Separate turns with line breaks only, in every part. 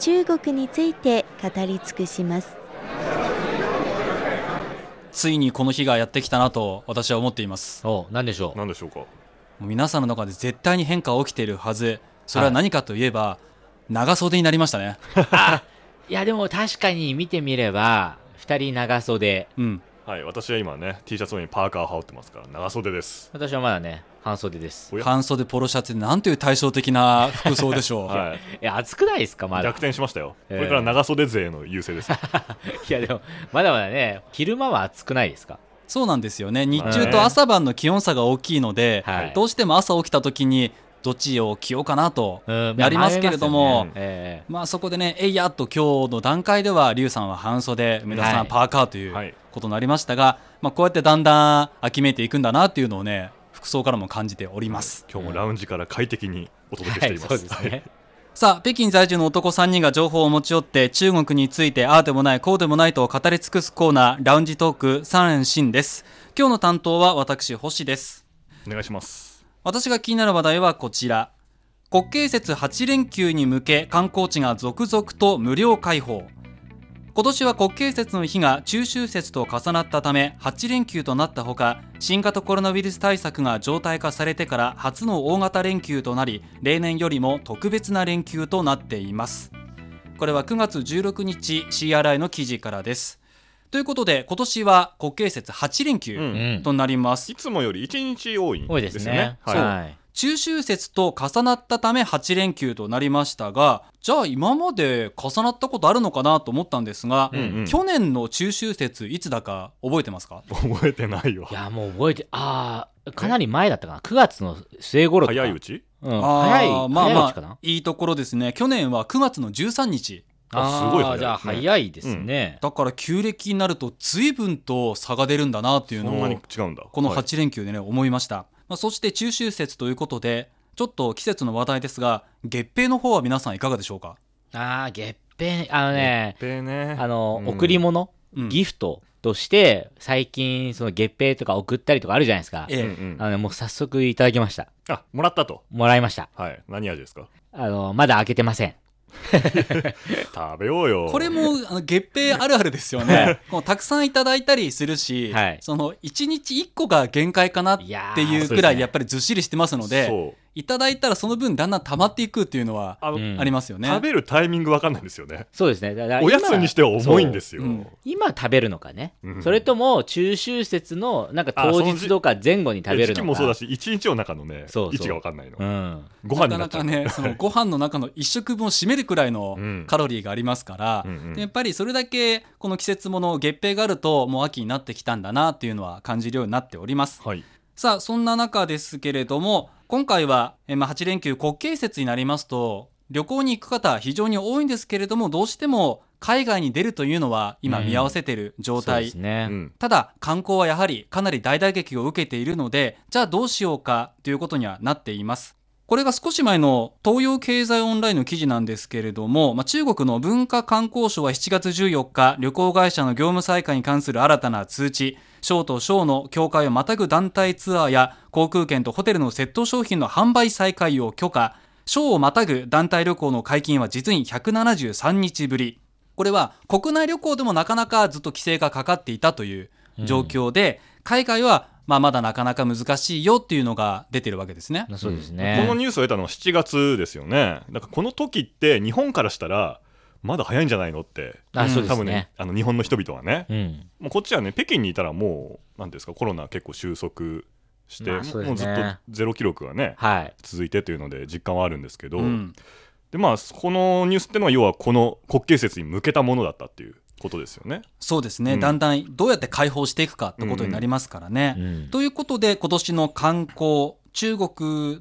中国について語り尽くします。
ついにこの日がやってきたなと私は思っています
おう何でしょう
何でしょうか
もう皆さんの中で絶対に変化は起きているはずそれは
はい
何かといえば、長袖になりましたね
いやでも確かに見てみれば2人長袖
うん
はい私は今ね T シャツの上にパーカー羽織ってますから長袖です
私はまだね半袖です
おや
半袖ポロシャツなんという対照的な服装でしょう、
はい
いや暑くないですかまだ
逆転しましたよ、
えー
これから長袖勢の優勢です
いやでもまだまだね昼間は暑くないですか
そうなんですよね日中と朝晩の気温差が大きいので、
はい
どうしても朝起きた時にどっちを着ようかなと
うん
なりますけれども、
迷いますよね
え
まあそこでね、えいやっと今日の段階では、リュウさんは半袖、梅田さんはパーカーとい
は
う
い
ことになりましたが、まあこうやってだんだん秋めいていくんだなっていうのをね、服装からも感じております。
今日もラウンジから快適にお
え
届けし
は
てい
い
ます、
そうですね
さあ、北京在住の男3人が情報を持ち寄って、中国についてああでもない、こうでもないと語り尽くすコーナー、ラウンジトーク3連新です。今日の担当は私、星です。
お願いします
私が気になる話題はこちら。国慶節8連休に向け観光地が続々と無料開放。今年は国慶節の日が中秋節と重なったため8連休となったほか新型コロナウイルス対策が常態化されてから初の大型連休となり例年よりも特別な連休となっていますこれは9月16日 CRI の記事からですということで今年は国慶節8連
う
休
うんん
となります
いつもより1日多い
多いです
よ
ね
はい、
はい
中秋節と重なったため8連休となりましたがじゃあ今まで重なったことあるのかなと思ったんですが、
うんうん
去年の中秋節いつだか覚えてますか
覚えてないよ
いやもう覚えてああかなり前だったかな9月の末頃とか
早いうち
うん
あー
早い
まあ
早いう
ま
ちか
あ
な
いいところですね去年は9月の13日
あすごい
あ
早い
ーじゃあ早いですね
だから旧暦になると随分と差が出るんだなってい
そう
の
んなに
を
違うんだ
この
はい
8連休でね思いました、まあ、そして中秋節ということでちょっと季節の話題ですが月餅の方は皆さんいかがでしょうか、
ああ月餅あのね
月餅 ね
あの、
うん
贈り物、
うん
ギフトとして、最近、その月餅とか送ったりとかあるじゃないですか。
ええ
うんうん
あのね、もう早速いただきました。
あもらったと
もらいました。
はい何味ですか
あの、まだ開けてません。
食べようよ
これもあの月餅あるあるですよねこうたくさんいただいたりするし、
はい
その1日1個が限界かなっ
いやー
ていうくらいやっぱりずっしりしてますので
そう
いただいたらその分だんだん溜まっていくっていうのは
あの、
うん
ありますよね。
食べるタイミングわかんないですよね
そうですね。だから。
おやつにしては重いんですすよ、
そううん
今今食べるのかね。
うん
それとも、中秋節の、なんか
あそ
当
の時
日とか前後に食べるのか。
時期もそうだし一日の中のね
そうそう
位置が分かんないの、
うん。
ご飯
な
に
か
な
な
っちゃ
か
う
ね、そのご飯の中の一食分を占めるくらいの
うん
カロリーがありますから、
うんうん
でやっぱりそれだけこの季節もの月餅があるともう秋になってきたんだなっていうのは感じるようになっております。
はい
さあそんな中ですけれども今回は、えーまあ、8連休国慶節になりますと旅行に行く方非常に多いんですけれどもどうしても海外に出るというのは今
うん
見合わせている状
そう
態、
ですね。
うん
ただ観光はやはりかなり大打撃を受けているのでじゃあどうしようかということにはなっていますこれが少し前の東洋経済オンラインの記事なんですけれども、まあ、中国の文化観光省は7月14日旅行会社の業務再開に関する新たな通知省と省の境界をまたぐ団体ツアーや航空券とホテルの窃盗商品の販売再開を許可省をまたぐ団体旅行の解禁は実に173日ぶりこれは国内旅行でもなかなかずっと規制がかかっていたという状況で、海外はまあまだなかなか難しいよっていうのが出てるわけですね。
そうです
この
ね。
ニュースを得たのは7月ですよねだからこの時って日本からしたらまだ早いんじゃないのって
あ、そうで
多
す
分
ね
ね。あの日本の人々はね、
うん。
もうこっちはね北京にいたらもう何ですかコロナ結構収束して、
まあそうですね
もうずっとゼロ記録がね
はい。
続いてというので実感はあるんですけど、
うん
でまあこのニュースってのは要はこの国慶節に向けたものだったっていうことですよね。
そうですね、
うん
だんだんどうやって解放していくかってことになりますからね。
うん
ということで今年の観光中国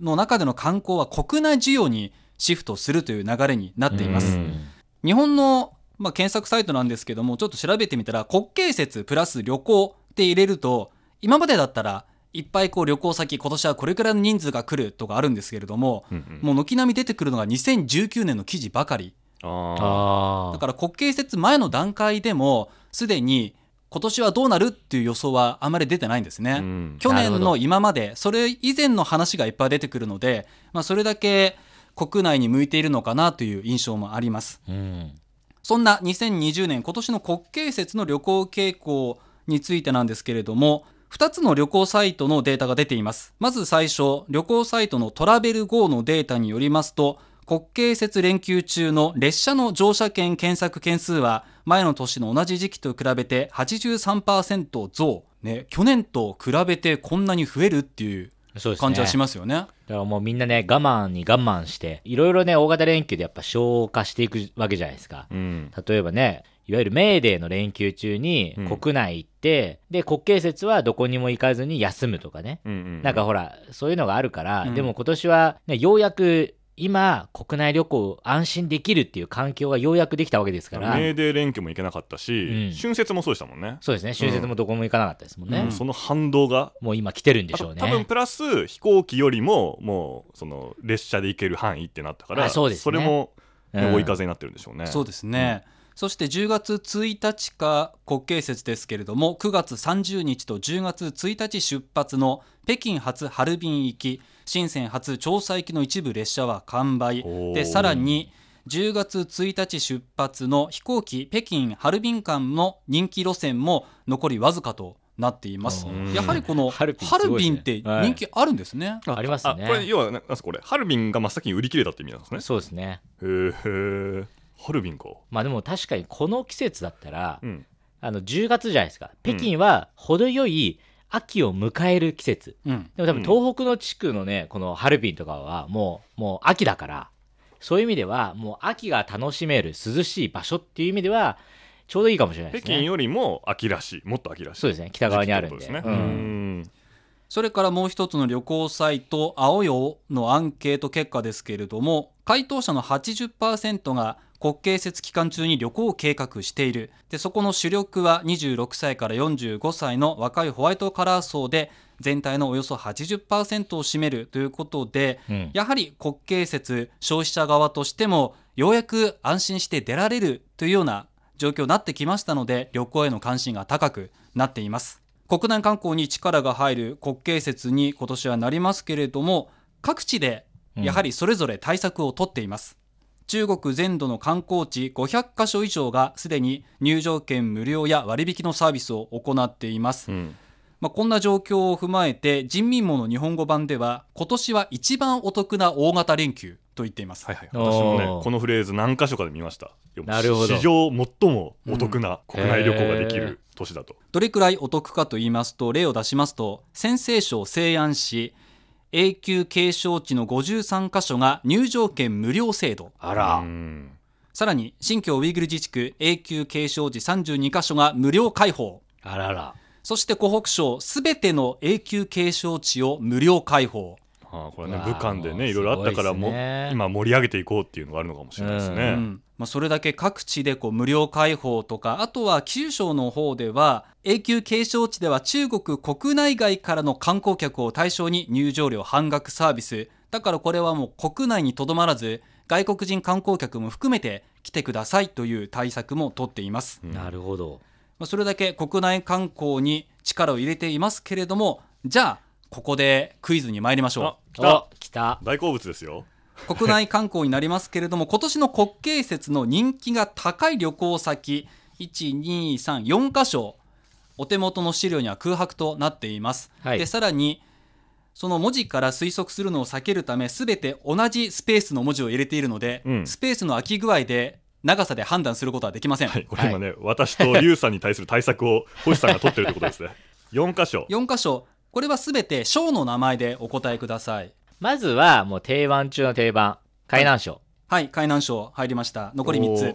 の中での観光は国内需要にシフトするという流れになっています。
うん
日本のまあ、検索サイトなんですけどもちょっと調べてみたら国慶節プラス旅行って入れると今までだったらいっぱいこう旅行先今年はこれくらいの人数が来るとかあるんですけれども
うんうん
もう軒並み出てくるのが2019年の記事ばかり
あ
あ
だ
あ
から国慶節前の段階でもすでに今年はどうなるっていう予想はあまり出てないんですね。
ーうん
去
なる
年
ほ
の
ど
今までそれ以前の話がいっぱい出てくるので、まあ、それだけ国内に向いているのかなという印象もあります
うん
そんな2020年今年の国慶節の旅行傾向についてなんですけれども2つの旅行サイトのデータが出ていますまず最初旅行サイトのトラベル GO のデータによりますと国慶節連休中の列車の乗車券検索件数は前の年の同じ時期と比べて83%増、ね、去年と比べてこんなに増えるっていう
そうですね
感じはしますよね。
だからもうみんなね我慢に我慢していろいろね大型連休でやっぱ消化していくわけじゃないですか
うん
例えばねいわゆるメーデーの連休中に
うん
国内行って、で国慶節はどこにも行かずに休むとかね、
うんうん
なんかほらそういうのがあるから、
うん
でも今年は、ね、ようやく今国内旅行安心できるっていう環境がようやくできたわけですから
メーデー連休も行けなかったし、
うん
春節もそうでしたもんね
そうですね春節もどこも行かなかったですもんね、
うん
その反動が
もう今来てるんでしょうね
あと多分プラス飛行機よりももうその列車で行ける範囲ってなったから
あそうですね
れも、ね
うん
追い風になってるんでしょうね。
そうですね、そして10月1日か国慶節ですけれども9月30日と10月1日出発の北京発ハルビン行き深セン発調査行きの一部列車は完売
おー
でさらに10月1日出発の飛行機北京ハルビン間の人気路線も残りわずかとなっています
うん
やはりこのハ
ハル
ル
ビンすごいです
ビ
ね
ンって人気あるんですね、
あります
あ
ね
これ要はななんすかこれハルビンが真っ先に売り切れたって意味なんですね。
そうですね
へえハルビンか。
まあでも確かにこの季節だったら、
うん、
あの10月じゃないですか
うん
北京は程よい秋を迎える季節、
うん
でも多分東北の地区のね、このハルビンとかはもう、もう秋だから、そういう意味では、もう秋が楽しめる涼しい場所っていう意味では、ちょうどいいかもしれないで
北
す
京
ね。
よりも秋らしいもっと秋らしい。
そうですね、北側にあるんで。
時期ってこ
う
とですね
ん
それからもう一つの旅行サイト、青よのアンケート結果ですけれども、回答者の80%が国慶節期間中に旅行を計画している。で、そこの主力は26歳から45歳の若いホワイトカラー層で、全体のおよそ80%を占めるということで、
うん
やはり国慶節消費者側としてもようやく安心して出られるというような状況になってきましたので旅行への関心が高くなっています国内観光に力が入る国慶節に今年はなりますけれども各地でやはりそれぞれ対策を取っています、中国全土の観光地500カ所以上がすでに入場券無料や割引のサービスを行っています
う、ん
まあ、こんな状況を踏まえて人民網の日本語版では今年は一番お得な大型連休と言っています、
はいはい、私も
お
ね
ー
このフレーズ何箇所かで見ました
なるほど
史上最もお得な国内旅行ができ
うんへー
る年だと、
どれくらいお得かと言いますと例を出しますと先西省西安市永久継承地の53カ所が入場券無料制度
あ
う
ら、
ん
さらに新疆ウイグル自治区永久継承地32カ所が無料開放
あらら。
そして湖北省すべての永久継承地を無料開放
ああこれね
うわー
武漢で
もう
ねいろいろあったか
す
ら
ご
も
いっすね
う今盛り上げていこうっていうのがあるのかもしれないですね。
うんまあ、それだけ各地でこう無料開放とかあとは九州の方では永久継承地では中国国内外からの観光客を対象に入場料半額サービスだからこれはもう国内にとどまらず外国人観光客も含めて来てくださいという対策も取っています、
うん
なるほど。
まあ、それだけ国内観光に力を入れていますけれどもじゃあここでクイズに参りましょう
あ来た
お来た。
大好物ですよ。
国内観光になりますけれども今年の国慶節の人気が高い旅行先1234箇所お手元の資料には空白となっています、
はい
でさらにその文字から推測するのを避けるため全て同じスペースの文字を入れているので、
うん
スペースの空き具合で長さで判断することはできません、
はい、これ今ね、私とリュウさんに対する対策を星さんが取ってるってことですね。4箇所。
4箇所これは全て省の名前でお答えください
まずは、もう定番中の定番、海南省。
はい海南省入りました残り3
おー
つ、。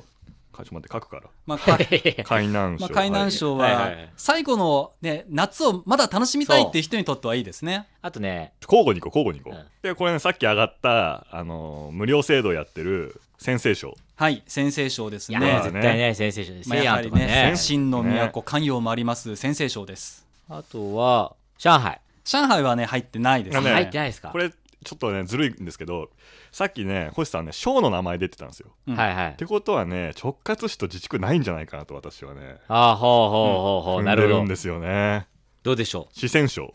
かちょっと待って、書くから。
まあか
海南
ま
省。
あ、海南省
はいはい
は
はい
最後の、ね、夏をまだ楽しみたいっていう人にとってはいいですね。
あとね、
交互に行こう、交互に行こう。
うん
で、これね、さっき上がった、あのー無料制度をやってる、先生賞
はい先生賞です
いや
ね
ー、
ね
絶対ね、センセーションです。
まあ、
西
やは
安
り
とか
ね
ね。
真の都関与もあります先生賞です
あとは、上海。
上海はね入ってないですね
あね
入ってないですか
これちょっとねずるいんですけどさっきね星さんね賞の名前出てたんですよ
うん
はいはい
っ。てことはね直轄市と自治区ないんじゃないかなと私はね
ああ、ほうほうほうほう。
踏ん
なる
で
ほ
る
ど
ん。ですよね
どうでしょ
四川省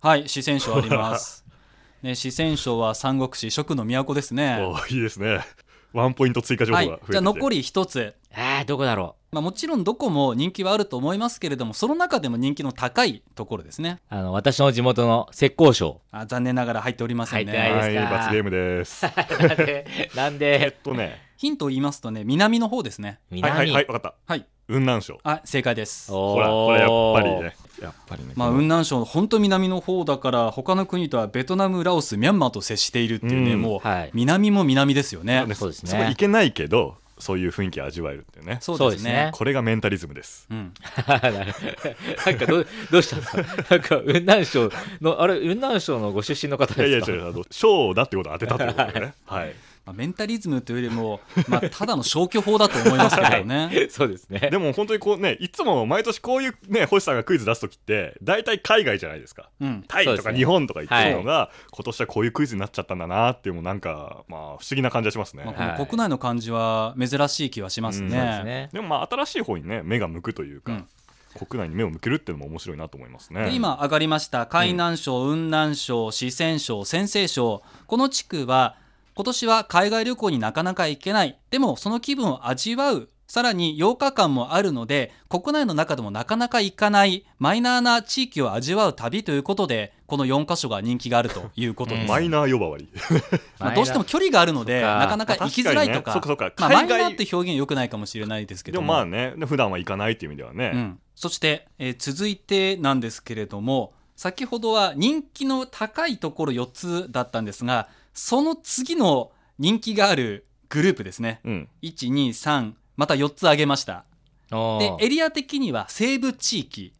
はい四川省ありますね四川省は三国志食の都ですね
おいいですねワンポイント追加情報
は
が
い
増えてきて、
じゃあ残り一つ
う。えー、どこだろ
まあ、もちろんどこも人気はあると思いますけれどもその中でも人気の高いところですね
う。あの、私の地元の浙江 省。
あ残念ながら入っておりませんね
入ってないですか
はい罰ゲームです
なんで、なん
えっ
で、
とね
ヒントを言いますとね南の方ですね
はいはい
南。
はい分かった
はい
雲南省
あ正解です
おー
ほらこれやっぱりねやっぱりね
まあ、
こ
雲
の
南省本当南の方だから他の国とはベトナムラオスミャンマーと接しているっていうね、
うん
もう
はい。
南も南ですよね
ね
そうですね
そこいけないけどそういう雰囲気味わえるっていうね
そうですね
これがメンタリズムです
うん、
なんかどう、どうしたんですかなんか、雲南省の、あれ、雲南省のご出身の方
いやいや
で
違
すか
うあの賞だってことを当てたってことだよねはい
まあ、メンタリズムというよりも、まあ、ただの消去法だと思いますけどね
はいそうですね。
でも本当にこうねいつも毎年こういうね星さんがクイズ出す時って大体海外じゃないですか
うん
タイ
そう
と
です
か
ね
日本とか言ってるのが、今年はこういうクイズになっちゃったんだなっていうもうなんかまあ不思議な感じがしますね、
まあ、
はい
この国内の感じは珍しい気はします
うん
ね,、
そう
ですね。
でもまあ新しい方にね目が向くというか、
うん
国内に目を向けるっていうのも面白いなと思いますね
で今上がりました海南省、雲南省四川省陝西省この地区は今年は海外旅行になかなか行けないでもその気分を味わうさらに8日間もあるので国内の中でもなかなか行かないマイナーな地域を味わう旅ということでこの4カ所が人気があるということです、
うん
マイナー呼ばわり
まあ、どうしても距離があるので
そっか
なかなか行きづらいとか,、
まあ確かにねそっかそっか
まあ、マイ
海外
ナーって表現良くないかもしれないですけ
で
ど
もまあねで普段は行かないっていう意味ではね、
うん、そして、えー続いてなんですけれども先ほどは人気の高いところ4つだったんですがその次の人気があるグループですね
うん
123また4つ挙げました
お
で
ー
エリア的には西部地域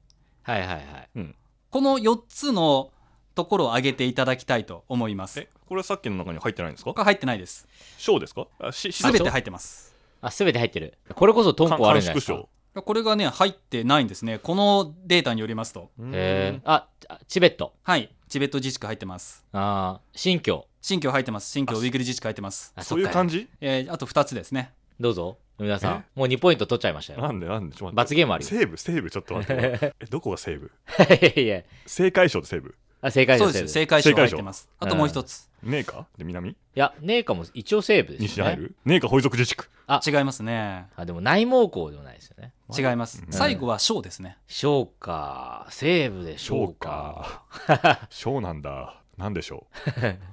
はいはいはい。
この4つのところを挙げていただきたいと思います
えこれはさっきの中に入ってないんですか
他入ってないです
賞ですかあしし
全て入ってます
あ、すべて入ってる。これこそトン
か
ポあるんじゃ
短
ない
縮
です
賞
か。
これがね入ってないんですねこのデータによりますと
へえ
うん。
あ、チベット。
はいチベット自治区入ってます
あー新疆。
新疆入ってます新疆ウイグル自治区入ってます
あ
そういう
そっか
感じ
えーあと2つですね
どうぞ、皆さん。もう2ポイント取っちゃいました
な
よ。
んでなんでちょっと待っ
罰ゲームあ
て
るよ。
セーブセーブちょっと待ってえどこがセーブ
いやいや。
正解賞でセーブ
あ、正解
そ
で
う
す。
ですよ
正解
正解賞入
正解賞
ってますあともう一つ、
ねえかで南
いや、ネイカも一応セーブです、ね。
西に入るねえか保属自治区
あ
違いますね
あ、でも内蒙古でもないですよね。
違います、
うん
最後は小ですね
そうか。セーブでしょうか。
賞なんだなんでしょう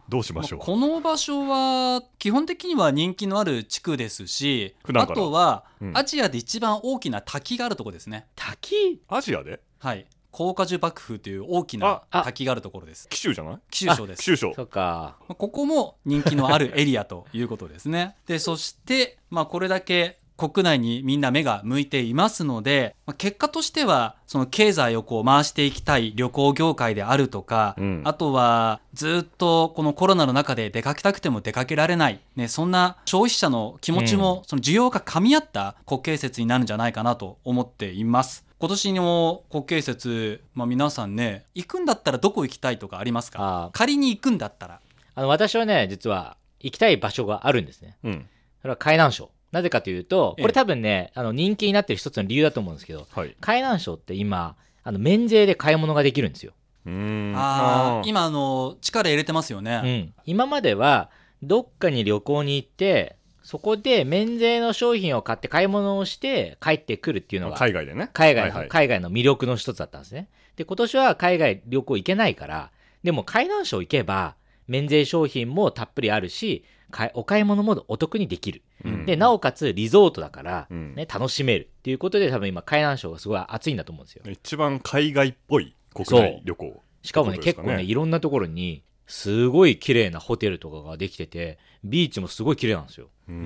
どうしましょう
まあこの場所は基本的には人気のある地区ですし
普
あ
段から
とは
うん
アジアで一番大きな滝があるところですね、
滝
アジアで
はい高果樹幕府という大きな
ああ
滝があるところです
紀州じゃない
紀州省です
紀州省
そうか。
まあここも人気のあるエリアということですね。 で、そして、まあ、これだけ国内にみんな目が向いていますので、まあ、結果としては、その経済をこう回していきたい旅行業界であるとか、
うん
あとはずっとこのコロナの中で出かけたくても出かけられない、ね、そんな消費者の気持ちも、その需要が噛み合った国慶節になるんじゃないかなと思っています。今年の国慶節、まあ、皆さんね、行くんだったらどこ行きたいとかありますか
あ
仮に行くんだったら。
あの、私はね、実は行きたい場所があるんですね。
うん
それは海南省。なぜかというと、こ
ええ
れ多分ね、あの人気になってる一つの理由だと思うんですけど、
はい
海南省って今、あの免税で買い物ができるんですよ。
うーん
あ
ー
ー今あの力入れてますよ
う
ね、
ん、今まではどっかに旅行に行ってそこで免税の商品を買って買い物をして帰ってくるっていうのが
海外でね
海外の、
はいはい
海外の魅力の一つだったんですねで今年は海外旅行行けないからでも海南省行けば免税商品もたっぷりあるし買いお買い物もお得にできる
うん
でなおかつリゾートだから、
うん
ね、楽しめるっていうことで多分今海南省がすごい熱いんだと思うんですよ
一番海外っぽい国
そう
内旅行
しかもね
って
結
ことで
構
すかね
ねいろんなところにすごい綺麗なホテルとかができててビーチもすごい綺麗なんですよ
う
うん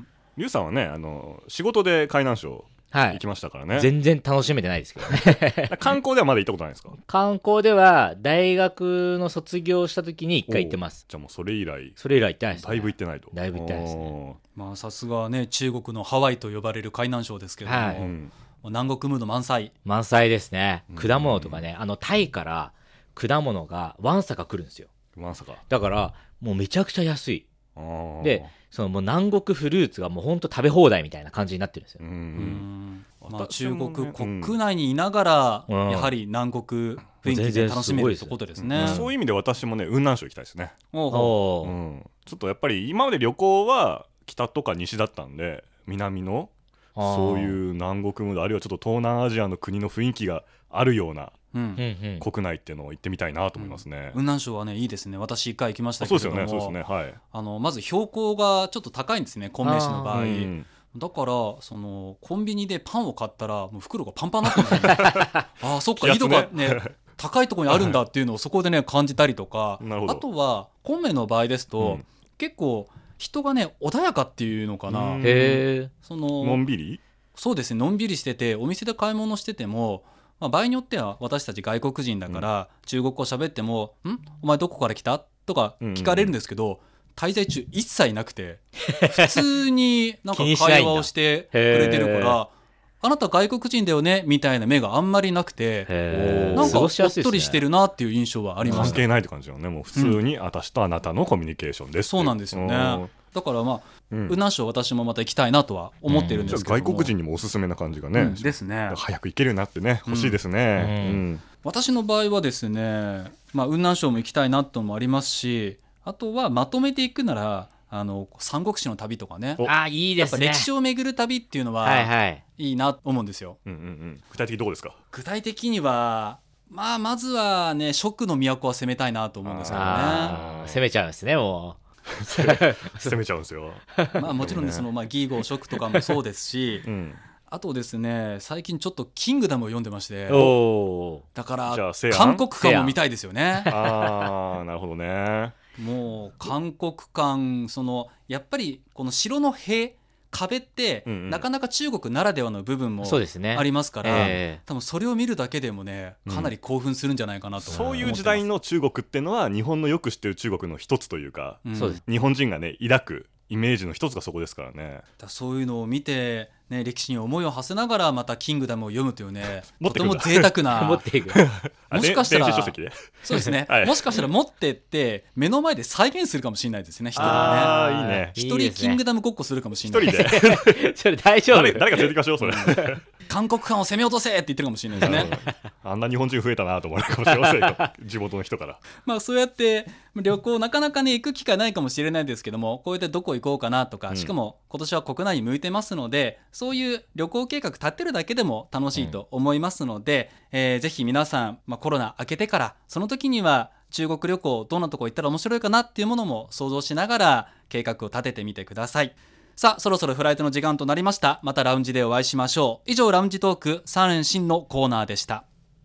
ん
リュウさんはねあの仕事で海南省
は
行
い
き。ましたからね、
全然楽しめてないですけどね。
観光ではまだ行ったことないですか
観光では、大学の卒業した時に一回行ってます。
じゃあもうそれ以来
それ以来行ってないです、ね。
だいぶ行ってないと
だいぶ行ってないですね
お
まあさすがね中国のハワイと呼ばれる海南省ですけれども、
はい
ーうん
もう南国ムード満載
満載ですね
うん。
果物とかね、あの、タイから果物がワンサカ来るんですよ。
まさか
だから、もうめちゃくちゃ安い。
あー
で、そのもう南国フルーツがもうほんと食べ放題みたいな感じになってるんですよ
う。ん
うんまあ、
私
中
も
国
ね
国内にいながら、
うん
やはり南国雰囲気
全
で
然
楽しめるってことですね。
うん
うん
そういう意味で私もね雲南省行きたいですね、
おうおう
お
う
ー
ん、ちょっとやっぱり今まで旅行は北とか西だったんで南の
あー
そういう南国ムードあるいはちょっと東南アジアの国の雰囲気があるような
う
うん
ん
うん
国内っていうのを行ってみたいなと思いますね、
雲南省はねいいですね私一回行きました
あ
け
そう
れ
です
ど
よねそうです
も、
ねはい、
あのまず標高がちょっと高いんですね昆明市の場合、
は
うん
だからそのコンビニでパンを買ったらもう袋がパンパンになってるん ですよ、ね、ああそっか
気
井
圧
戸
ね
がね 高いところにあるんだっていうのをそこでね感じたりとか
なるほど
あとは昆明の場合ですと、
うん
結構人がね穏やかっていうのかな、
うん
へえ。
そ
の
の
んびり
そうですねのんびりしててお店で買い物してても、まあ、場合によっては私たち外国人だから、中国語喋っても「んお前どこから来た?」とか聞かれるんですけど、滞在中一切なくて普通になんか
気にしな
会
いんだ
話をしてくれてるか
へ
ら「あなた外国人だよね」みたいな目があんまりなくて
へ
お
え。
ー
なん
過
かお
ご
っ
しやすいですね
とりしてるなっていう印象はありま
関
した
係ないって感じよねもう普通に私とあなたのコミュニケーションですってい
そうなんですよねだからまあ
うん
雲南省私もまた行きたいなとは思ってるん
じ
で
ゃあ
すけども、
外国人にもおすすめな感じがね、
うんですね
早く行けるようになってね欲しいですね、
うん
うん
私の場合はですね、まあ、雲南省も行きたいなともありますしあとはまとめていくならあの三国志の旅とかね
お
あ、いいで
やっぱ
すね。
歴史を巡る旅っていうの
はい
は
はい。
いいなと思うんですよ。
うんうんうん、具体的にどこですか
具体的にはまあまずはね蜀の都は攻めたいなと思うんですけどね
ああ、攻めちゃうんですね、も
攻めちゃうんですよ、
まあ、もちろんねその、まあ、ギーゴ蜀とかもそうです し
うん、
あとですね最近ちょっと「キングダム」を読んでまして
う。お
だか
じゃ
ら
あ西安
韓国館も見たいですよね。
ああなるほどね
もう韓国館そのやっぱりこの城の塀壁って、
うんうん
なかなか中国ならではの部分
お。
も
そうですね。
ありますから
ええ
多分それを見るだけでもねかなり興奮するんじゃないかなと、
そういう時代の中国ってのは日本のよく知ってる中国の一つというか、
うん
そうです
日本人がね抱くイメージの一つがそこですからね
だそういうのを見て、ね、歴史に思いを馳せながらまた「キングダム」を読むというね
持っ
と
て
て
くんだ
も贅沢な
持っ ていく。
あ
もしかしたら
で電子書籍で
そうですね、
はい
もしかしたら持ってって目の前で再現するかもしれないですね人がね
あーいいね
一人キング
だ。
ダムごっこするかもし
一
れな
人
い
で
それ大丈夫
誰誰か連れてきましょうそれ
韓国館を攻め落とせって言ってるかもしれないですね
あんな日本人増えたなと思われるかもしれませんよ地元の人から
まあそうやって旅行なかなかね行く機会ないかもしれないですけどもこうやってどこ行こうかなとか、
うん
しかも今年は国内に向いてますのでそういう旅行計画立てるだけでも楽しいと思いますので、えーぜひ皆さん、まあ、コロナ明けてからその時には中国旅行どんなとこ行ったら面白いかなっていうものも想像しながら計画を立ててみてくださいさあそろそろフライトの時間となりましたまたラウンジでお会いしましょう以上ラウンジトーク3連新のコーナーでした